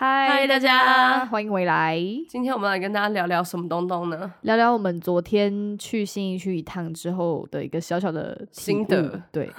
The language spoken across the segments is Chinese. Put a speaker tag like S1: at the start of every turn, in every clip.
S1: 嗨，
S2: 嗨大家
S1: 欢迎回来，
S2: 今天我们来跟大家聊聊什么东东呢？
S1: 聊聊我们昨天去新义区一趟之后的一个小小的体
S2: 心
S1: 悟
S2: 得，
S1: 对，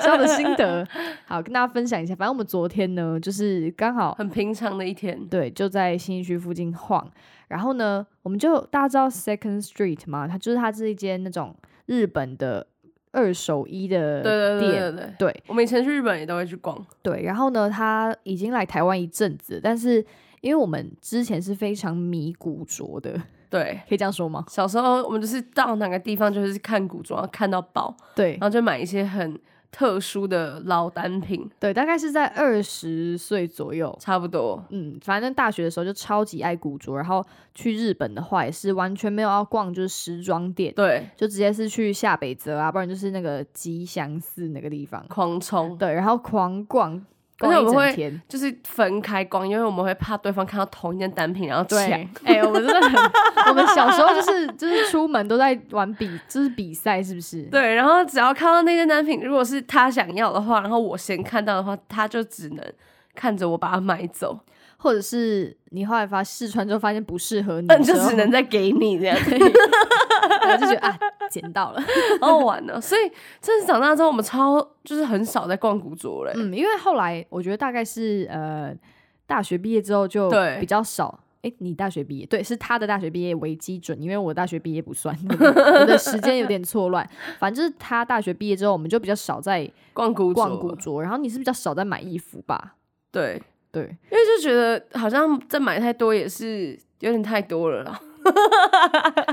S1: 小小的心得。好，跟大家分享一下。反正我们昨天呢，就是刚好
S2: 很平常的一天，
S1: 对，就在新义区附近晃。然后呢，我们就大家知道 Second Street 嘛，它就是它是一间那种日本的二手衣的
S2: 对对对
S1: 店，
S2: 对对。
S1: 对
S2: 我们以前去日本也都会去逛，
S1: 对。然后呢，他已经来台湾一阵子，但是因为我们之前是非常迷古着的，
S2: 对。
S1: 可以这样说吗？
S2: 小时候我们就是到哪个地方就是看古装，看到爆，
S1: 对
S2: 然后就买一些很特殊的老单品，
S1: 对，大概是在二十岁左右。
S2: 差不多。
S1: 嗯，反正大学的时候就超级爱古着，然后去日本的话也是完全没有要逛，就是时装店，
S2: 对，
S1: 就直接是去下北泽啊，不然就是那个吉祥寺那个地方。
S2: 狂冲，
S1: 对，然后狂逛，
S2: 而
S1: 逛
S2: 且我
S1: 一
S2: 们
S1: 整
S2: 会
S1: 天。
S2: 就是分开逛，因为我们会怕对方看到同一件单品然后
S1: 对
S2: 抢。，
S1: 哎、我们真的 很，我们小时候就是就是出门都在玩比，就是比赛，是不是？
S2: 对，然后只要看到那件单品，如果是他想要的话，然后我先看到的话，他就只能看着我把它买走，
S1: 或者是你后来发试穿之后发现不适合你的
S2: 嗯，就
S1: 时候，
S2: 只能再给你这样，
S1: 然后就觉得啊，捡到了。
S2: 好好玩哦呢。所以，真是长大之后，我们超就是很少在逛古着嘞、
S1: 嗯，因为后来我觉得大概是呃，大学毕业之后就
S2: 对
S1: 比较少。哎，你大学毕业，对，是他的大学毕业为基准，因为我大学毕业不算，我的我的时间有点错乱。反正就是他大学毕业之后，我们就比较少在
S2: 逛古着，
S1: 逛古着，然后你是比较少在买衣服吧？
S2: 对，
S1: 对，
S2: 因为就觉得好像再买太多也是有点太多了啦。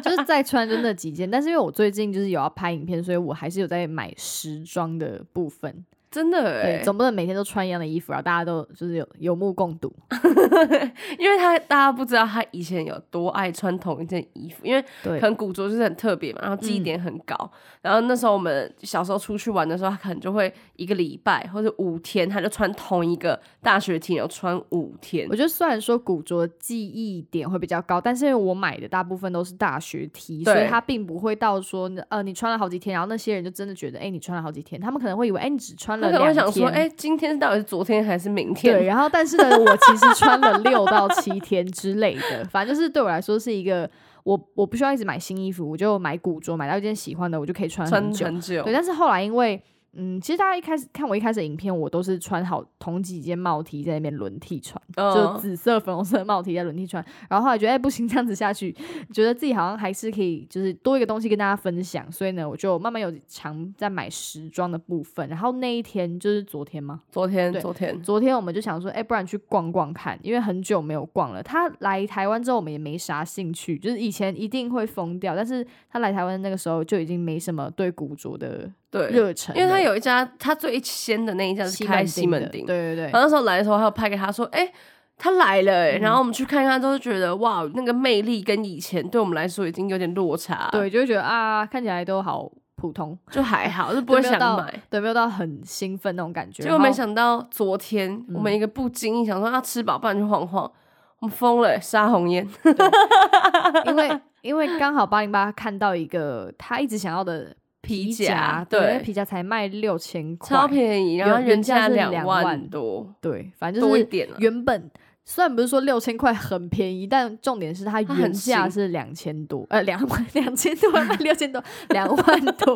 S1: 就是在穿就那几件，但是因为我最近就是有要拍影片，所以我还是有在买时装的部分。
S2: 真的
S1: 对，
S2: 哎、
S1: 总不能每天都穿一样的衣服，然后大家都就是有有目共睹。
S2: 因为他大家不知道他以前有多爱穿同一件衣服，因为
S1: 对嗯
S2: 可，能古着就是很特别嘛，然后记忆点很高。然后那时候我们小时候出去玩的时候，他可能就会一个礼拜或者五天，他就穿同一个大学 T，然后穿五天
S1: 我。觉得虽然说古着记忆点会比较高，但是因为我买的大部分都是大学 T，所以
S2: 对
S1: 它并不会到说呃你穿了好几天，然后那些人就真的觉得哎、你穿了好几天，他们可能会以为哎、你只穿了
S2: 他可能会
S1: 两
S2: 想说，
S1: 天，
S2: 哎、今天到底是昨天还是明天？
S1: 对，然后但是呢，我其实穿了六到七天之类的，反正就是对我来说是一个我我不需要一直买新衣服，我就买古着，买到一件喜欢的我就可以穿
S2: 穿
S1: 啊很久。
S2: 很久
S1: 对，，但是后来因为嗯，其实大家一开始看我一开始的影片，我都是穿好同几件帽 T 在那边轮替穿。就
S2: 嗯，
S1: 紫色、粉红色的帽 T 在轮替穿，然后后来觉得哎、不行，这 样子下去，觉得自己好像还是可以，就是多一个东西跟大家分享，所以呢，我就慢慢有常在买时装的部分。然后那一天就是昨天吗？
S2: 昨天，
S1: 对
S2: 昨天，
S1: 昨天我们就想说，哎、不然去逛逛看，因为很久没有逛了。他来台湾之后，我们也没啥兴趣，就是以前一定会疯掉，但是他来台湾那个时候就已经没什么对古着的
S2: 对，
S1: 热忱了，
S2: 因为他有一家，他最先的那一家是开西门
S1: 的
S2: 町，
S1: 对对
S2: 然后
S1: 对。
S2: 那时候来的时候，还有拍给他说，哎、他来了、
S1: 嗯
S2: 欸，然后我们去看看，都觉得哇，那个魅力跟以前对我们来说已经有点落差，
S1: 对，，就会觉得啊，看起来都好普通，
S2: 就还好，就不会
S1: 就没有
S2: 想
S1: 到
S2: 买。
S1: 对，没有到很兴奋那种感觉。
S2: 结果没
S1: 然后
S2: 想到昨天
S1: 嗯
S2: 我们一个不经意想说要啊吃饱，不然去晃晃，我们疯了、欸，杀红烟，
S1: 因为因为刚好八零八看到一个他一直想要的
S2: 皮
S1: 夹
S2: 夹，
S1: 对，因为
S2: 对，
S1: 皮夹才卖六千块，
S2: 超便宜，然后
S1: 原
S2: 原
S1: 价
S2: 价
S1: 是
S2: 两
S1: 2万
S2: 多，
S1: 对，反正就
S2: 多一
S1: 是
S2: 点啊了。
S1: 原本。虽然不是说六千块很便宜，但重点是它
S2: 它
S1: 原
S2: 很
S1: 价
S2: 新
S1: 是两千多，呃，两万 两千多，卖六 千多，两万多。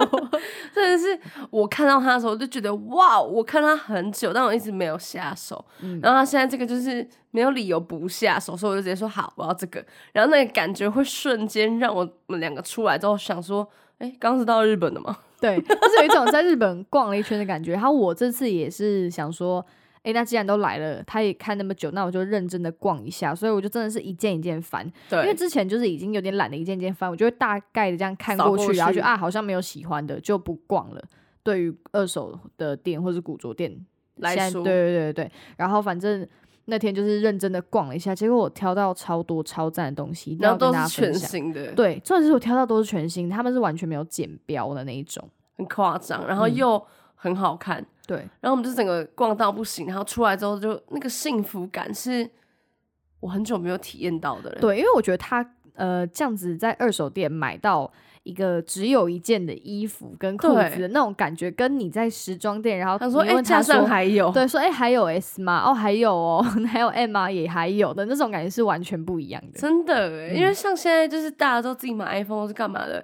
S2: 真的是我看到他的时候，我就觉得哇，我看他很久，但我一直没有下手。
S1: 嗯
S2: 然后他现在这个就是没有理由不下手，所以我就直接说好，我要这个。然后那个感觉会瞬间让我们两个出来之后想说，哎、刚是到日本的吗？
S1: 对，就是有一种在日本逛了一圈的感觉。然后我这次也是想说，诶，那既然都来了，他也看那么久，那我就认真的逛一下。所以我就真的是一件一件翻，因为
S2: 对，
S1: 之前就是已经有点懒得一件一件翻，我就会大概的这样看
S2: 扫
S1: 过
S2: 过
S1: 去，然后
S2: 去
S1: 就啊，好像没有喜欢的就不逛了。对于二手的店或是古着店
S2: 来
S1: 现在
S2: 说
S1: 对对对对，然后反正。那天就是认真的逛了一下，结果我挑到超多超赞的东西，一定
S2: 然
S1: 要
S2: 后
S1: 跟
S2: 都
S1: 大
S2: 是
S1: 家分
S2: 全
S1: 享。
S2: 新的，
S1: 对，重点是我挑到都是全新，他们是完全没有剪标的那一种。
S2: 很夸张，然后
S1: 嗯
S2: 又很好看。
S1: 对，
S2: 然后我们就整个逛到不行，然后出来之后就那个幸福感是我很久没有体验到的了。
S1: 对，因为我觉得他呃这样子在二手店买到一个只有一件的衣服跟裤子
S2: 对
S1: 的那种感觉，跟你在时装店，然后
S2: 他说：“
S1: 你
S2: 哎、
S1: 问
S2: 架
S1: 他说，
S2: 上还有。”
S1: 对，说哎、还有 S 吗？哦还有哦， 还有 M 吗？也还有的那种感觉是完全不一样的。
S2: 真的欸、因为像现在就是大家都自己买 iPhone 或是干嘛的，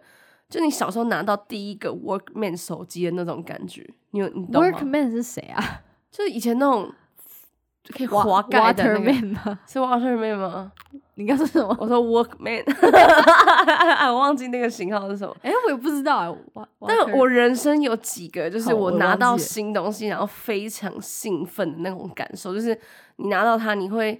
S2: 就你小时候拿到第一个 Workman 手机的那种感觉，你有你懂吗
S1: Workman 是谁啊？
S2: 就是以前那种可以滑盖的那个
S1: Waterman 吗？
S2: 是 Waterman 吗？
S1: 你刚说什么？
S2: 我说 Workman，我忘记那个型号是什么。
S1: 哎、我也不知道啊、我
S2: 但我人生有几个，就是
S1: 好
S2: 我
S1: 我
S2: 拿
S1: 忘
S2: 到
S1: 记了
S2: 新东西，然后非常兴奋的那种感受，就是你拿到它，你会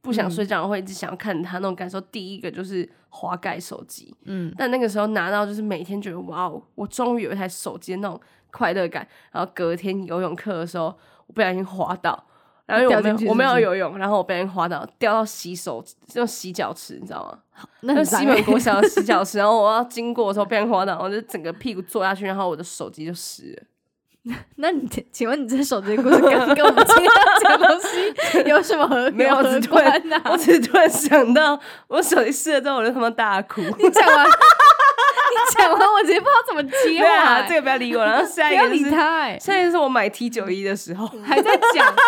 S2: 不
S1: 嗯
S2: 想睡觉，然后会一直想要看它那种感受。第一个就是滑盖手机，
S1: 嗯，
S2: 但那个时候拿到就是每天觉得哇哦，我终于有一台手机的那种快乐感。然后隔天游泳课的时候，我不小心滑倒，然后因为我没
S1: 掉进去是不
S2: 有我
S1: 是
S2: 没有游泳，然后我不小心滑倒，掉到洗手就洗脚池，你知道吗？
S1: 那
S2: 就
S1: 很
S2: 西
S1: 脏
S2: 门
S1: 欸
S2: 国小的洗脚池，然后我要经过的时候不小心滑倒，我就整个屁股坐下去，然后我的手机就湿 了。
S1: 那你请问你这手机的故事跟 跟我们今天要讲的东西有什么合
S2: 没有，我只
S1: 何
S2: 是突然
S1: 关呢、，
S2: 我只是突然想到，我手机湿了之后，我就他妈大哭。
S1: 你讲完，你讲完，我直接不知道怎么接
S2: 对
S1: 话、
S2: 啊，这个不要理我。欸然后下
S1: 不
S2: 一
S1: 要
S2: 个、就
S1: 理
S2: 是，
S1: 他、哎，
S2: 下一个是我买 T 九一的时候，
S1: 还在讲。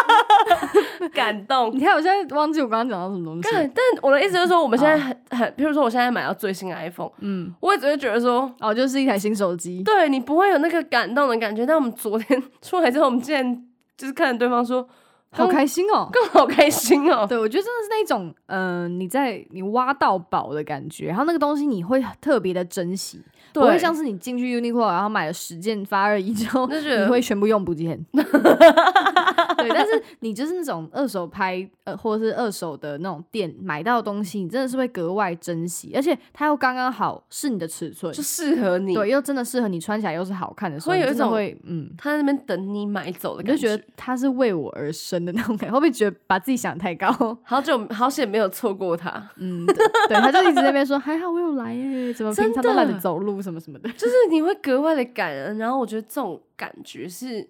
S2: 感动。
S1: 你看，我现在忘记我刚刚讲到什么东西。
S2: 但但我的意思就是说，我们现在很很，譬如说我现在买到最新的 iPhone，
S1: 嗯，
S2: 我也只会觉得说，
S1: 哦，就是一台新手机。
S2: 对你不会有那个感动的感觉。但我们昨天 出来之后，我们竟然就是看着对方说，
S1: 好
S2: 刚
S1: 开心哦！
S2: 更好开心哦、
S1: 对，我觉得真的是那种，嗯、你在你挖到宝的感觉，然后那个东西你会特别的珍惜，不会像是你进去 Uniqlo 然后买了十件发热衣之后，
S2: 就觉得
S1: 你会全部用不 见。对，但是你就是那种二手拍呃，或者是二手的那种店买到的东西，你真的是会格外珍惜，而且它又刚刚好是你的尺寸
S2: 就，适合你。
S1: 对，又真的适合你穿起来又是好看的时候，
S2: 会有
S1: 你真
S2: 一
S1: 的
S2: 种
S1: 会嗯。
S2: 他在那边等你买走
S1: 我
S2: 的
S1: 就
S2: 感
S1: 觉得它是为我而生的那种感觉，会不会觉得把自己想太高？
S2: 好久好险没有错过他，
S1: 嗯，对， 对他就一直在那边说还好我有来耶，怎么
S2: 真
S1: 平常都懒得
S2: 的
S1: 走路什么什么的。
S2: 就是你会格外的感恩。然后我觉得这种感觉是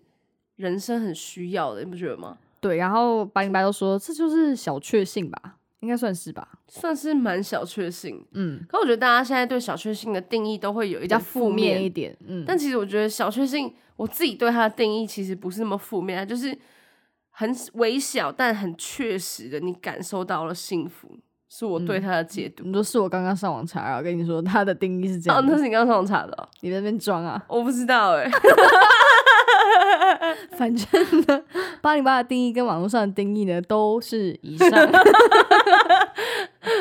S2: 人生很需要的，你不觉得吗？
S1: 对，然后白领白都说这就是小确幸吧，应该算是吧。
S2: 算是蛮小确幸。
S1: 嗯，
S2: 可我觉得大家现在对小确幸的定义都会有一
S1: 比较
S2: 点负
S1: 负面一点。嗯，
S2: 但其实我觉得小确幸，我自己对它的定义其实不是那么负面，它啊就是很微小但很确实的，你感受到了幸福，是我
S1: 嗯
S2: 对它的解读。
S1: 你说是我刚刚上网查啊，我跟你说它的定义是这
S2: 哦，
S1: 样的，
S2: 那是你刚刚上网查的哦、
S1: 你在那边装啊。
S2: 我不知道哎、
S1: 反正 呢，八零八的定义跟网络上的定义呢都是以 上。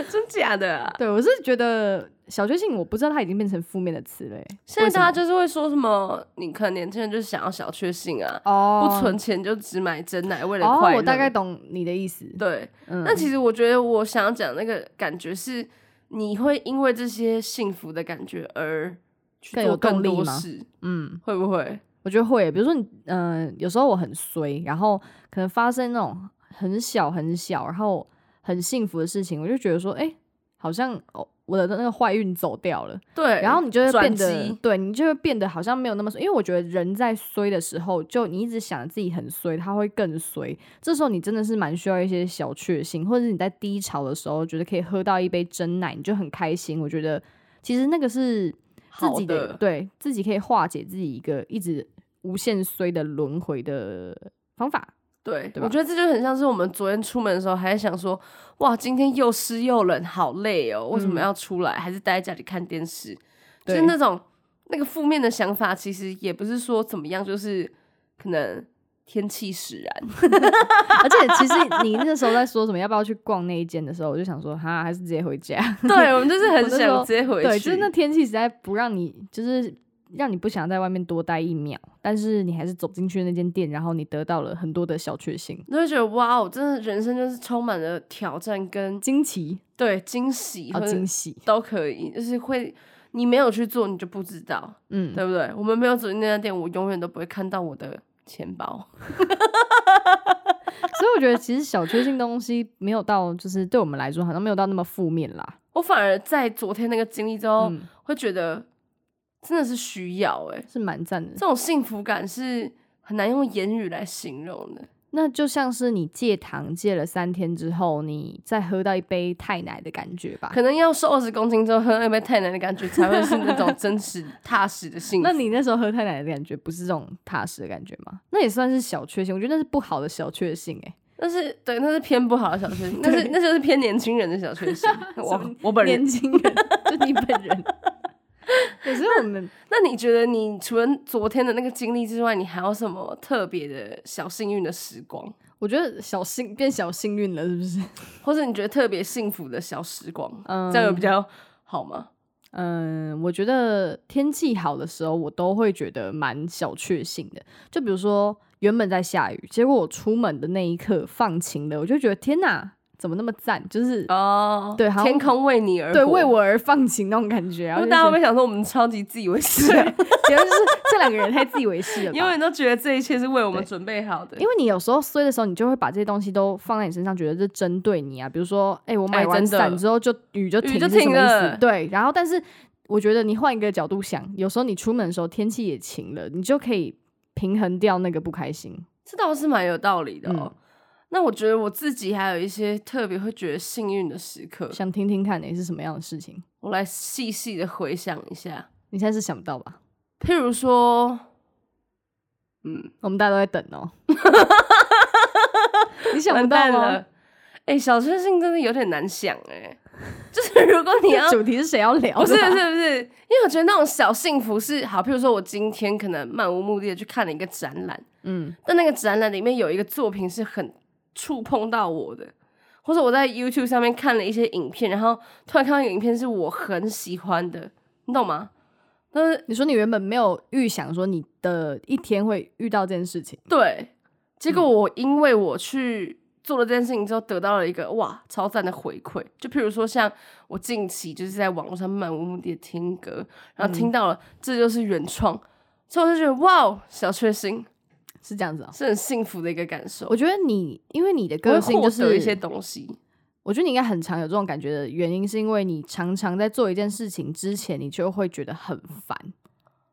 S2: 真假的啊？
S1: 对我是觉得小确幸，我不知道它已经变成负面的词了耶。欸
S2: 现在大家就是会说什么，你可能年轻人就是想要小确幸啊，
S1: 哦
S2: 不存钱就只买真奶，为了快
S1: 哦，
S2: 乐。
S1: 我大概懂你的意思。
S2: 对，
S1: 嗯，
S2: 那其实我觉得我想要讲那个感觉是，你会因为这些幸福的感觉而去
S1: 更
S2: 做
S1: 有
S2: 更
S1: 动力
S2: 多
S1: 吗
S2: 事，
S1: 嗯。
S2: 会不会？
S1: 我觉得会，比如说你，嗯、有时候我很衰，然后可能发生那种很小很小，然后很幸福的事情，我就觉得说，哎、好像哦，我的那个坏运走掉了，
S2: 对，
S1: 然后你就会
S2: 转
S1: 变得
S2: 机，
S1: 对你就会变得好像没有那么衰，因为我觉得人在衰的时候，就你一直想自己很衰，他会更衰，这时候你真的是蛮需要一些小确幸，或者是你在低潮的时候，觉得可以喝到一杯真奶，你就很开心，我觉得其实那个是自
S2: 好
S1: 己
S2: 的
S1: 对自己可以化解自己一个一直无限衰的轮回的方法。
S2: 对，
S1: 对
S2: 我
S1: 吧
S2: 觉得这就很像是我们昨天出门的时候，还在想说，哇，今天又湿又冷，好累哦，为什么
S1: 嗯
S2: 要出来？还是待在家里看电视？就
S1: 对
S2: 是那种那个负面的想法，其实也不是说怎么样，就是可能天气 使然。
S1: 而且其实你那时候在说什么要不要去逛那一间的时候，我就想说，哈，还是直接回家。
S2: 对，我们就是
S1: 我
S2: 很
S1: 那时
S2: 想
S1: 候
S2: 直接回去。
S1: 对，就是那天气实在不让你，就是让你不想在外面多待一秒，但是你还是走进去那间店，然后你得到了很多的小确幸、
S2: 你就会觉得哇哦，真的人生就是充满了挑战跟
S1: 惊奇、
S2: 对惊喜，
S1: 好
S2: 或者
S1: 哦惊喜，
S2: 都可以，就是会你没有去做，你就不知道，
S1: 嗯，
S2: 对不对？我们没有走进那家店，我永远都不会看到我的钱包。
S1: 所以我觉得其实小确幸的东西没有到，就是对我们来说好像没有到那么负面啦。
S2: 我反而在昨天那个经历之后，
S1: 嗯，
S2: 会觉得真的是需要哎、
S1: 是蛮赞的
S2: 这。种幸福感是很难用言语来形容的。
S1: 那就像是你戒糖戒了三天之后，你再喝到一杯太奶的感觉吧。
S2: 可能要瘦二十公斤之后喝一杯太奶的感觉，才会是那 种真实踏实的幸福。
S1: 那你那时候喝太奶的感觉，不是这种踏实的感觉吗？那也算是小确幸，我觉得那是不好的小确幸、欸，
S2: 那是对，那是偏不好的小确幸，那是那就是偏年轻人的 小确幸。我我本人
S1: 年，轻人，就你本 人。可是我们
S2: 那你觉得你除了昨天的那个经历之外，你还有什么特别的小幸运的时光，
S1: 我觉得小幸变小幸运了，是不是？
S2: 或者你觉得特别幸福的小时光？
S1: 嗯
S2: 这样有比较好吗？
S1: 嗯，我觉得天气好的时候，我都会觉得蛮小确幸的。就比如说，原本在下雨，结果我出门的那一刻放晴了，我就觉得天哪，怎么那么赞？就是、
S2: 哦，
S1: 对好像
S2: 天空为你而
S1: 对
S2: 活
S1: 为。我而放晴那种感觉。然
S2: 然
S1: 后
S2: 后
S1: 就
S2: 大家会
S1: 觉得
S2: 不会想 说我们超级自以为是、啊，
S1: 结论就是这两个人太自以为 是了吧。
S2: 永远都觉得这一切是为我们
S1: 对
S2: 准备好的。
S1: 因为你有时候衰的时候，你就会把这些东西都放在你身上，觉得这针对你啊。比如说，哎、我买
S2: 哎
S1: 完
S2: 真的
S1: 伞之后就雨就
S2: 雨
S1: 停，
S2: 就是
S1: 什么
S2: 停
S1: 意
S2: 了
S1: 思？对。然后，但是我觉得你换一个角度想，有时候你出门的时候天气也晴了，你就可以平衡掉那个不开心。
S2: 这倒是蛮有道理的
S1: 嗯
S2: 哦。那我觉得我自己还有一些特别会觉得幸运的时刻，
S1: 想听听看你是什么样的事情？
S2: 我来细细的回想一下。
S1: 你现在是想不到吧？
S2: 譬如说，
S1: 我们大家都在等哦、 你 想
S2: 完
S1: 不到
S2: 蛋
S1: 吗
S2: 了？，哎、小确幸真的有点难想哎、 就是如果你要
S1: 这主题是谁要聊
S2: 不是
S1: 的
S2: 不
S1: 啊？
S2: 是不是，因为我觉得那种小幸福是好，譬如说我今天可能漫无目的的去看了一个展览，
S1: 嗯，
S2: 但那个展览里面有一个作品是很触碰到我的，或者我在 YouTube 上面看了一些影片，然后突然看到一个影片是我很喜欢的，你懂吗？但是
S1: 你说你原本没有预想说你的一天会遇到这件事情，
S2: 对，结
S1: 嗯
S2: 果我因为我去做了这件事情之后，得到了一个哇超赞的回馈。就譬如说，像我近期就是在网络上漫无目的地听歌，然
S1: 嗯
S2: 后听到了、这就是原创，所以我就觉得哇，哦小确幸
S1: 是这样子哦、
S2: 是很幸福的一个感受。
S1: 我觉得你，因为你的
S2: 我会
S1: 个性就
S2: 获得
S1: 是
S2: 一些东西，
S1: 我觉得你应该很常有这种感觉的原因，是因为你常常在做一件事情之前，你就会觉得很烦。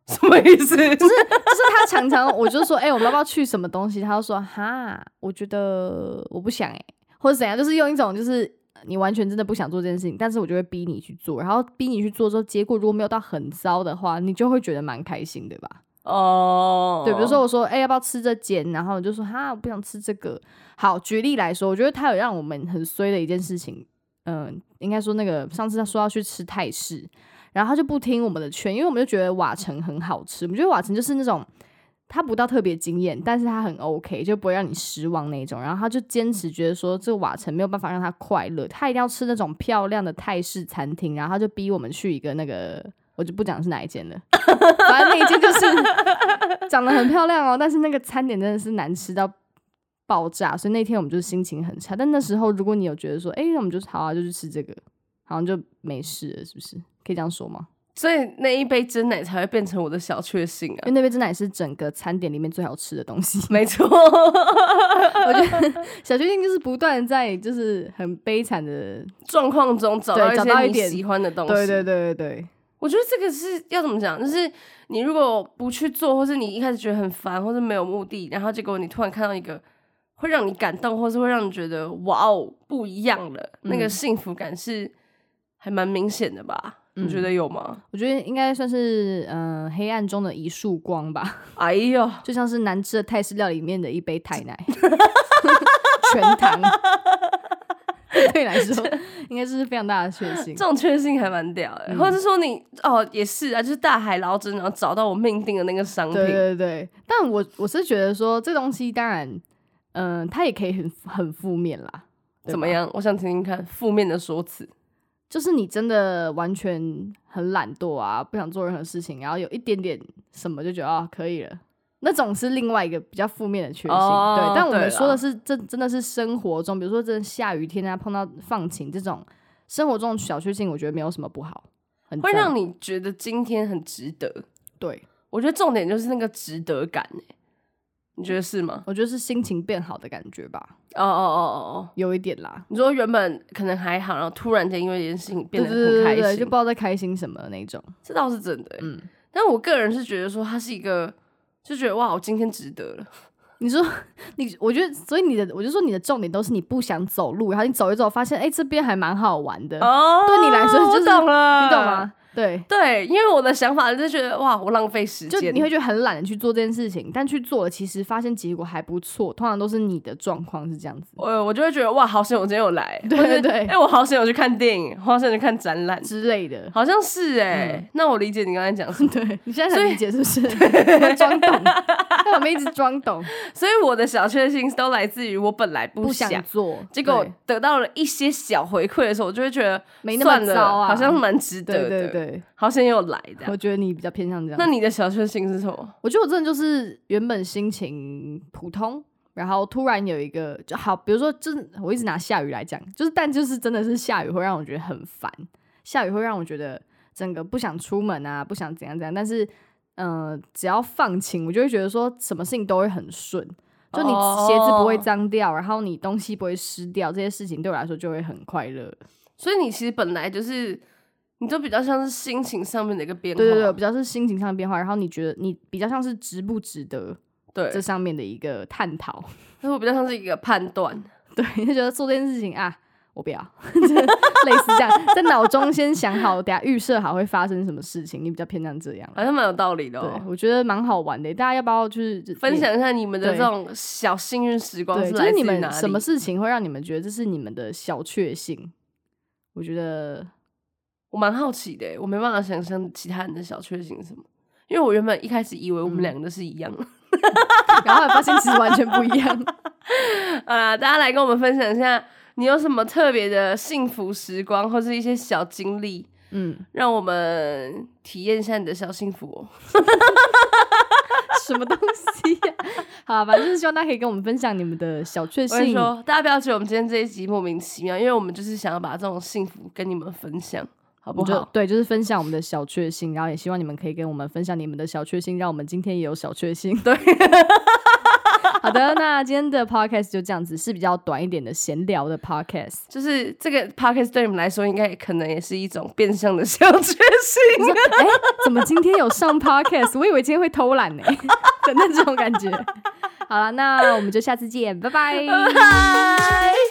S2: 什么意思？
S1: 就是他常常，我就说，哎、我们要不要去什么东西？他就说，哈，我觉得我不想、哎，或者怎样，就是用一种就是你完全真的不想做这件事情，但是我就会逼你去做，然后逼你去做之后，结果如果没有到很糟的话，你就会觉得蛮开心的吧？
S2: 哦，
S1: 对，比如说我说，哎、要不要吃这间？然后你就说，哈，我不想吃这个。好，举例来说，我觉得他有让我们很衰的一件事情，嗯、应该说那个上次他说要去吃泰式，然后他就不听我们的劝，因为我们就觉得瓦城很好吃，我们觉得瓦城就是那种。他不到特别惊艳，但是他很 OK，就不会让你失望那种。然后他就坚持觉得说，这个瓦城没有办法让他快乐，他一定要吃那种漂亮的泰式餐厅。然后他就逼我们去一个那个，我就不讲是哪一间了，反正那一间就是 长得很漂亮哦，但是那个餐点真的是难吃到爆炸，所以那天我们就是心情很差。但那时候如果你有觉得说，哎、那我们就好啊，就去吃这个，好像就没事了，是不是？可以这样说吗？
S2: 所以那一杯真奶才会变成我的小确幸
S1: 因
S2: 啊
S1: 为。那杯真奶是整个餐点里面最好吃的东 西。
S2: 没错，
S1: 我觉得小确幸就是不断地在就是很悲惨的，
S2: 状况中找到
S1: 对找到
S2: 一
S1: 一
S2: 些
S1: 点
S2: 你喜欢的东西。
S1: 对对对对对，
S2: 我觉得这个是要怎么讲，就是你如果不去做，或是你一开始觉得很烦，或是没有目的，然后结果你突然看到一个会让你感动，或是会让你觉得哇哦不一样了，那个幸福感是还蛮明显的吧？你觉得有吗？
S1: 我觉得应该算是嗯、呃黑暗中的一束光吧，
S2: 哎呦，
S1: 就像是难吃的泰式料理里面的一杯泰奶， 全糖。对你来说，应该是非常大的确幸
S2: 这。种确幸还蛮屌的、
S1: 嗯
S2: 或者说你哦也是啊，就是大海捞针，然后找到我命定的那个商
S1: 对
S2: 品。
S1: 对对，但我我是觉得说这东西当然，嗯、它也可以很很负面啦。对
S2: 怎么
S1: 吧？嗯
S2: 样？我想听听看负面的说辞。
S1: 就是你真的完全很懒惰啊，不想做任何事情，然后有一点点什么就觉得啊可以了，那种是另外一个比较负面的缺陷。
S2: 哦
S1: 对，但我
S2: 对
S1: 们
S2: 啦
S1: 说的是这真的是生活中，比如说真的下雨天啊，碰到放晴这种生活中的小确幸，我觉得没有什么不好，很
S2: 会
S1: 赞
S2: 让你觉得今天很值得。
S1: 对，
S2: 我觉得重点就是那个值得感、欸，你觉得是吗？
S1: 我觉得是心情变好的感觉吧，
S2: 哦哦哦哦哦，
S1: 有一点啦。
S2: 你说原本可能还好，然后突然间因为一件事情变得
S1: 对对
S2: 很开
S1: 对对
S2: 心，
S1: 对就不知道在开心什么的那种。
S2: 这倒是真的、欸。
S1: 嗯，
S2: 但我个人是觉得说，它是一个，就觉得哇，我今天值得了，
S1: 你说你，我觉得，所以你的，我就说你的重点都是你不想走路，然后你走一走，发现哎、诶这边还蛮好玩的，
S2: 哦，
S1: 对你来说就是
S2: 我懂了，
S1: 你懂？吗？对，
S2: 对，因为我的想法就是觉得哇，我浪费时
S1: 就
S2: 间，
S1: 你会觉得很懒得去做这件事情，但去做了，其实发现结果还不错，通常都是你的状况是这样子
S2: 我我就会觉得哇，好险我今天有来，
S1: 对
S2: 或者
S1: 对对
S2: 哎、我好险我去看电影，好险去看展览，
S1: 之类的。
S2: 好像是哎、
S1: 嗯
S2: 那我理解你刚才讲什么，
S1: 对你现在很理解是不 是？他装懂，他旁边一直装懂，
S2: 所以我的小确幸都来自于我本来不
S1: 不想做，
S2: 结果
S1: 对
S2: 得到了一些小回馈的时候，我就会觉得
S1: 没那么
S2: 算了
S1: 糟啊
S2: 好像蛮值得
S1: 对
S2: 的，
S1: 对对，
S2: 好险有来的。
S1: 我觉得你比较偏向这样。
S2: 那你的小确幸是什么？
S1: 我觉得我真的就是原本心情普通，然后突然有一个就好，比如说，就是我一直拿下雨来讲，就是但就是真的是下雨会让我觉得很烦，下雨会让我觉得整个不想出门啊，不想怎样怎样，但是呃，只要放晴，我就会觉得说什么事情都会很顺。就你
S2: 哦
S1: 鞋子不会脏掉然后你东西不会湿掉，这些事情对我来说就会很快乐。
S2: 所以你其实本来就是，你就比较像是心情上面的一个变化，
S1: 对对对，比较是心情上的变化，然后你觉得你比较像是值不值得
S2: 对
S1: 这上面的一个探讨。
S2: 所以我比较像是一个判断。
S1: 对， 就觉得做这件事情啊，我不要， 就类似这样，在脑中先想好，等下预设好会发生什么事情，你比较偏向这样。
S2: 好像蛮有道理的、
S1: 对，
S2: 哦。
S1: 我觉得蛮好玩的，大家要不要就是
S2: 分
S1: 也？
S2: 享一下你们的
S1: 对
S2: 这种小幸运时光
S1: 对，
S2: 是
S1: 就
S2: 来
S1: 是
S2: 自
S1: 你
S2: 于哪里？
S1: 们什么事情会让你们觉得这是你们的小确幸？我觉得
S2: 我蛮好奇的耶，欸我没办法想象其他人的小确幸是什么。因为我原本一开始以为我们两个都是 一样的。
S1: 然后后来发现其实完全不一样。
S2: 啊，大家来跟我们分享一下，你有什么特别的幸福时光，或是一些小经历，
S1: 嗯，
S2: 让我们体验一下你的小幸福、哦。
S1: 什么东西呀、 好啊，反正就是希望大家可以跟我们分享你们的小确
S2: 我跟你
S1: 幸。
S2: 说，大家不要觉得我们今天这一集莫名其妙，因为我们就是想要把这种幸福跟你们分享，好不
S1: 我就
S2: 好？
S1: 对，就是分享我们的小确幸，然后也希望你们可以跟我们分享你们的小确幸，让我们今天也有小确幸。 对，好的，那今天的 podcast 就这样子，是比较短一点的闲聊的 podcast。
S2: 就是这个 podcast 对你们来说，应该也可能也是一种变相的 小确幸。
S1: 你说，哎、怎么今天有上 podcast？我以为今天会偷懒呢、 的那种感觉。好了，那我们就下次见，拜拜。
S2: 拜。